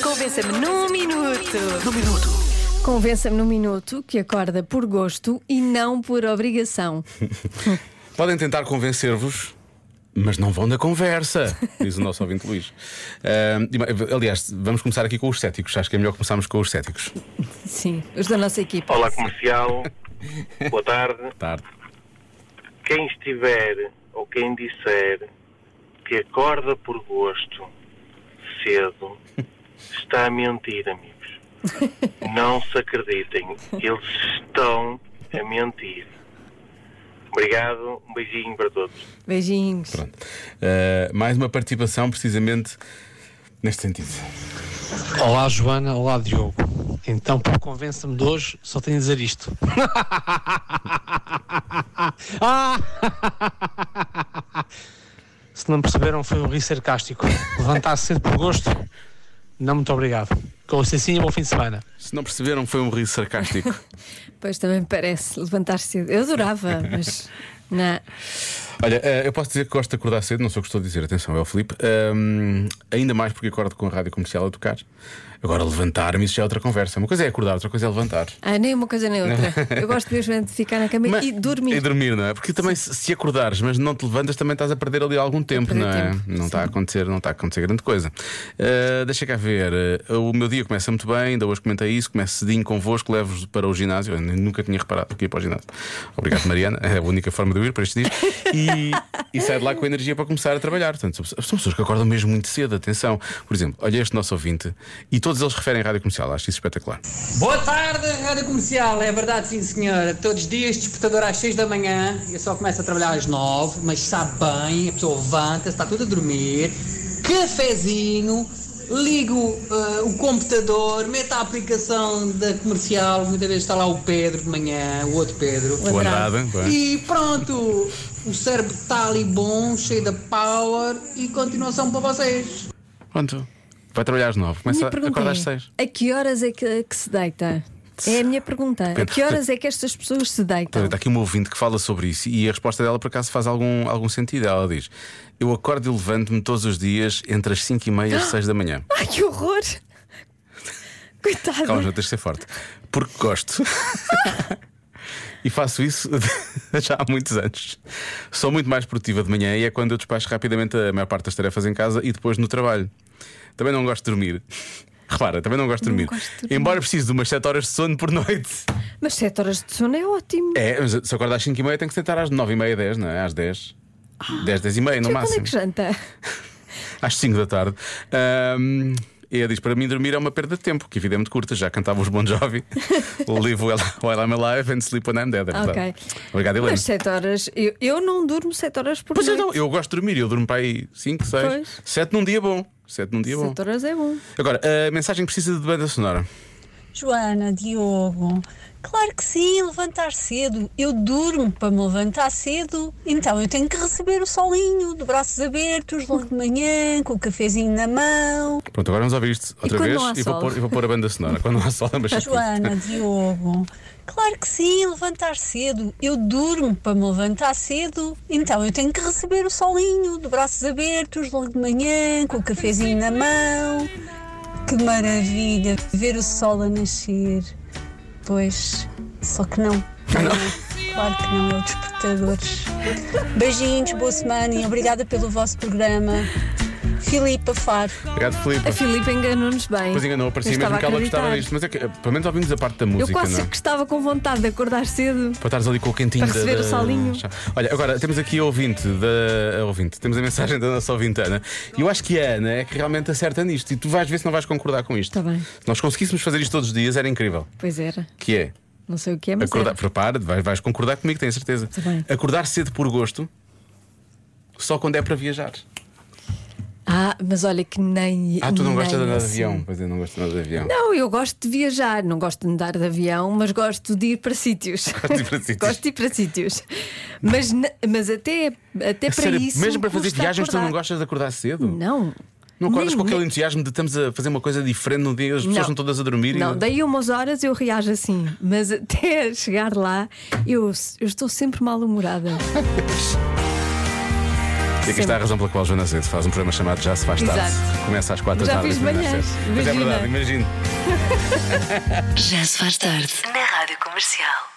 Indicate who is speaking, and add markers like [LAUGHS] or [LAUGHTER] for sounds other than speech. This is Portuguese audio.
Speaker 1: Convença-me num minuto. Num minuto.
Speaker 2: Convença-me num minuto que acorda por gosto e não por obrigação.
Speaker 3: Podem tentar convencer-vos. Mas não vão da [LAUGHS] conversa, diz o nosso ouvinte Luís. Ah, aliás, vamos começar aqui com os céticos. Acho que é melhor começarmos com os céticos.
Speaker 2: Sim, os da nossa equipa.
Speaker 4: Olá comercial, boa tarde.
Speaker 3: Tarde.
Speaker 4: Quem estiver ou quem disser que acorda por gosto cedo está a mentir, amigos. Não se acreditem, eles estão a mentir. Obrigado, um beijinho para todos.
Speaker 2: Beijinhos.
Speaker 3: Pronto. Ah, mais uma participação, precisamente neste sentido.
Speaker 5: Olá Joana, olá Diogo. Então, para o convença-me de hoje, só tenho a dizer isto. [LAUGHS] Ah! Se não perceberam, foi um riso sarcástico. Levantar-se cedo por gosto, não muito obrigado. Com o Cecinha, bom fim de semana.
Speaker 3: Se não perceberam, foi um riso sarcástico.
Speaker 2: Pois também parece levantar cedo. Eu
Speaker 3: [LAUGHS]
Speaker 2: adorava, mas. Não.
Speaker 3: [LAUGHS] Olha, eh, eu posso dizer que gosto de acordar cedo, não sou o que estou a dizer, atenção, é o Filipe. Ahm, ainda mais porque acordo com a rádio comercial a tocar. Agora, levantar-me, isso já é outra conversa. Uma coisa é acordar, outra coisa é levantar.
Speaker 2: Ah, nem uma coisa nem outra.
Speaker 3: [LAUGHS]
Speaker 2: Eu gosto mesmo de ficar na cama
Speaker 3: Mas-
Speaker 2: e dormir.
Speaker 3: E dormir, não é? Porque também se se acordares, mas não te levantas, também estás a perder ali algum tempo,
Speaker 2: perder
Speaker 3: não é?
Speaker 2: tempo,
Speaker 3: Não está a acontecer, não está a acontecer grande coisa. Ah, deixa cá ver. Ah, o meu dia começa muito bem, ainda hoje comentei isso, começo cedinho convosco, levo-vos para o ginásio. Eu nunca tinha reparado que ia para o ginásio. Obrigado, Mariana. É a única forma de eu ir para este dia. E, e saio de lá com energia para começar a trabalhar. Portanto, são são pessoas que acordam mesmo muito cedo, atenção. Por exemplo, olha este nosso ouvinte e todos eles referem à rádio comercial, acho isso espetacular.
Speaker 6: Boa tarde, Rádio Comercial. É verdade, sim, senhora. Todos os dias, despertador às 6 da manhã. Eu só começo a trabalhar às 9, mas sabe bem, a pessoa levanta-se, está tudo a dormir. Cafezinho, ligo eh, o computador, meto a aplicação da comercial. Muitas vezes está lá o Pedro de manhã, o outro Pedro.
Speaker 2: Um
Speaker 3: O
Speaker 2: Andrade.
Speaker 3: Andrade, bem.
Speaker 6: E pronto, o cérebro está ali bom, cheio de power e continuação para vocês.
Speaker 3: Pronto. Vai trabalhar às nove. Começa
Speaker 2: Minha
Speaker 3: a
Speaker 2: pergunta
Speaker 3: acordar às
Speaker 2: é,
Speaker 3: seis.
Speaker 2: A que horas é que, que se deita? É a minha pergunta. A que horas é que estas pessoas se deitam?
Speaker 3: Está Tá aqui uma ouvinte que fala sobre isso e a resposta dela por acaso faz algum, algum sentido. Ela diz: Eu acordo e levanto-me todos os dias entre as 5 e meia e as 6 da manhã.
Speaker 2: Ai, que
Speaker 3: [LAUGHS]
Speaker 2: horror! Coitada.
Speaker 3: Calma, já tens de ser forte. Porque gosto. [LAUGHS] e faço isso [LAUGHS] já há muitos anos. Sou muito mais produtiva de manhã e é quando eu despacho rapidamente a maior parte das tarefas em casa e depois no trabalho. Também não gosto de dormir. [LAUGHS] Repara, também não gosto de dormir.
Speaker 2: gosto de dormir.
Speaker 3: Embora precise de umas 7 horas de sono por [LAUGHS] noite.
Speaker 2: Mas 7 horas de sono é ótimo.
Speaker 3: É, mas se acordar às 5h30 tem que sentar às 9h30, 10, não é? Às 10. 10, 10 e meia
Speaker 2: Já
Speaker 3: no
Speaker 2: quando é
Speaker 3: máximo.
Speaker 2: que janta?
Speaker 3: Às 5 da tarde. Ahm, e ela diz: para mim, dormir é uma perda de tempo, que a vida é muito curta. Já cantava os
Speaker 2: [LAUGHS]
Speaker 3: Bon Jovi. o livro While While I'm Alive and Sleep When I'm Dead. É verdade.
Speaker 2: Ok.
Speaker 3: Obrigado, Helena.
Speaker 2: Mas 7 horas. Eu, eu não durmo 7 horas por
Speaker 3: Pois é,
Speaker 2: noite.
Speaker 3: não, eu gosto de dormir. Eu durmo para aí 5, 6,
Speaker 2: Pois.
Speaker 3: 7 num dia bom. 7 num dia bom.
Speaker 2: 7 horas é bom.
Speaker 3: Agora, a mensagem precisa de banda sonora.
Speaker 7: Joana, Diogo, claro que sim, levantar cedo. Eu durmo para me levantar cedo, então eu tenho que receber o solinho de braços abertos logo de manhã, com o cafezinho na mão.
Speaker 3: Pronto, agora vamos ouvir isto outra
Speaker 2: quando
Speaker 3: vez
Speaker 2: não há
Speaker 3: e vou
Speaker 2: sol?
Speaker 3: pôr, e vou pôr a banda sonora. Quando não há sol, é mas.
Speaker 7: [LAUGHS] Joana, Diogo, claro que sim, levantar cedo. Eu durmo para me levantar cedo, então eu tenho que receber o solinho de braços abertos logo de manhã, com o cafezinho na mão. Que maravilha, ver o sol a nascer. Pois, só que não. Claro que não, é o despertador. Beijinhos, boa semana e obrigada pelo vosso programa. Filipa Faro.
Speaker 3: Obrigado, Filipe.
Speaker 2: A Filipe enganou-nos bem.
Speaker 3: Pois enganou, parecia
Speaker 2: Eu
Speaker 3: mesmo
Speaker 2: estava
Speaker 3: que
Speaker 2: a
Speaker 3: ela
Speaker 2: acreditar.
Speaker 3: gostava disto, mas é que eh, pelo menos ouvimos a parte da música,
Speaker 2: Eu quase
Speaker 3: não é?
Speaker 2: que estava com vontade de acordar cedo.
Speaker 3: Para estares ali com o quentinho
Speaker 2: Para
Speaker 3: da-
Speaker 2: receber
Speaker 3: da-
Speaker 2: o salinho.
Speaker 3: Já. Olha, agora temos aqui a ouvinte da a ouvinte. Temos a mensagem da nossa ouvinte Ana. E eu acho que a Ana é que realmente acerta nisto. E tu vais ver se não vais concordar com isto.
Speaker 2: Tá bem.
Speaker 3: Se nós conseguíssemos fazer isto todos os dias, era incrível.
Speaker 2: Pois era.
Speaker 3: Que é
Speaker 2: Não sei o que é, mas.
Speaker 3: acordar,
Speaker 2: era.
Speaker 3: prepara-te, vais, vais concordar comigo, tenho certeza.
Speaker 2: Tá bem.
Speaker 3: Acordar cedo por gosto, só quando é para viajar.
Speaker 2: Ah, mas olha que nem.
Speaker 3: Ah, tu não
Speaker 2: nem
Speaker 3: gostas de andar de
Speaker 2: assim.
Speaker 3: avião. Pois eu não gosto de andar de avião.
Speaker 2: Não, eu gosto de viajar, não gosto de andar de avião, mas gosto de ir para sítios.
Speaker 3: [LAUGHS] Gosto de ir para sítios.
Speaker 2: Gosto de ir para sítios. Mas, na- mas até, até para
Speaker 3: Sério,
Speaker 2: isso.
Speaker 3: mesmo para fazer
Speaker 2: custa
Speaker 3: viagens, tu não
Speaker 2: acordar.
Speaker 3: gostas de acordar cedo?
Speaker 2: Não.
Speaker 3: Não acordas
Speaker 2: Nem-
Speaker 3: com aquele entusiasmo de estamos a fazer uma coisa diferente no dia, as pessoas
Speaker 2: Não.
Speaker 3: estão todas a dormir.
Speaker 2: Não,
Speaker 3: e...
Speaker 2: daí umas horas eu reajo assim, mas até [LAUGHS] chegar lá eu, eu estou sempre mal-humorada.
Speaker 3: E aqui está a razão pela qual Joana Azevedo faz um programa chamado Já Se Faz Tarde.
Speaker 2: Exato.
Speaker 3: Começa às quatro da
Speaker 2: Já
Speaker 3: tarde.
Speaker 2: fiz
Speaker 3: e termina às
Speaker 2: manhãs,
Speaker 3: sete. Mas é
Speaker 2: imagina.
Speaker 3: verdade, imagino.
Speaker 1: Já se faz tarde. Na Rádio Comercial.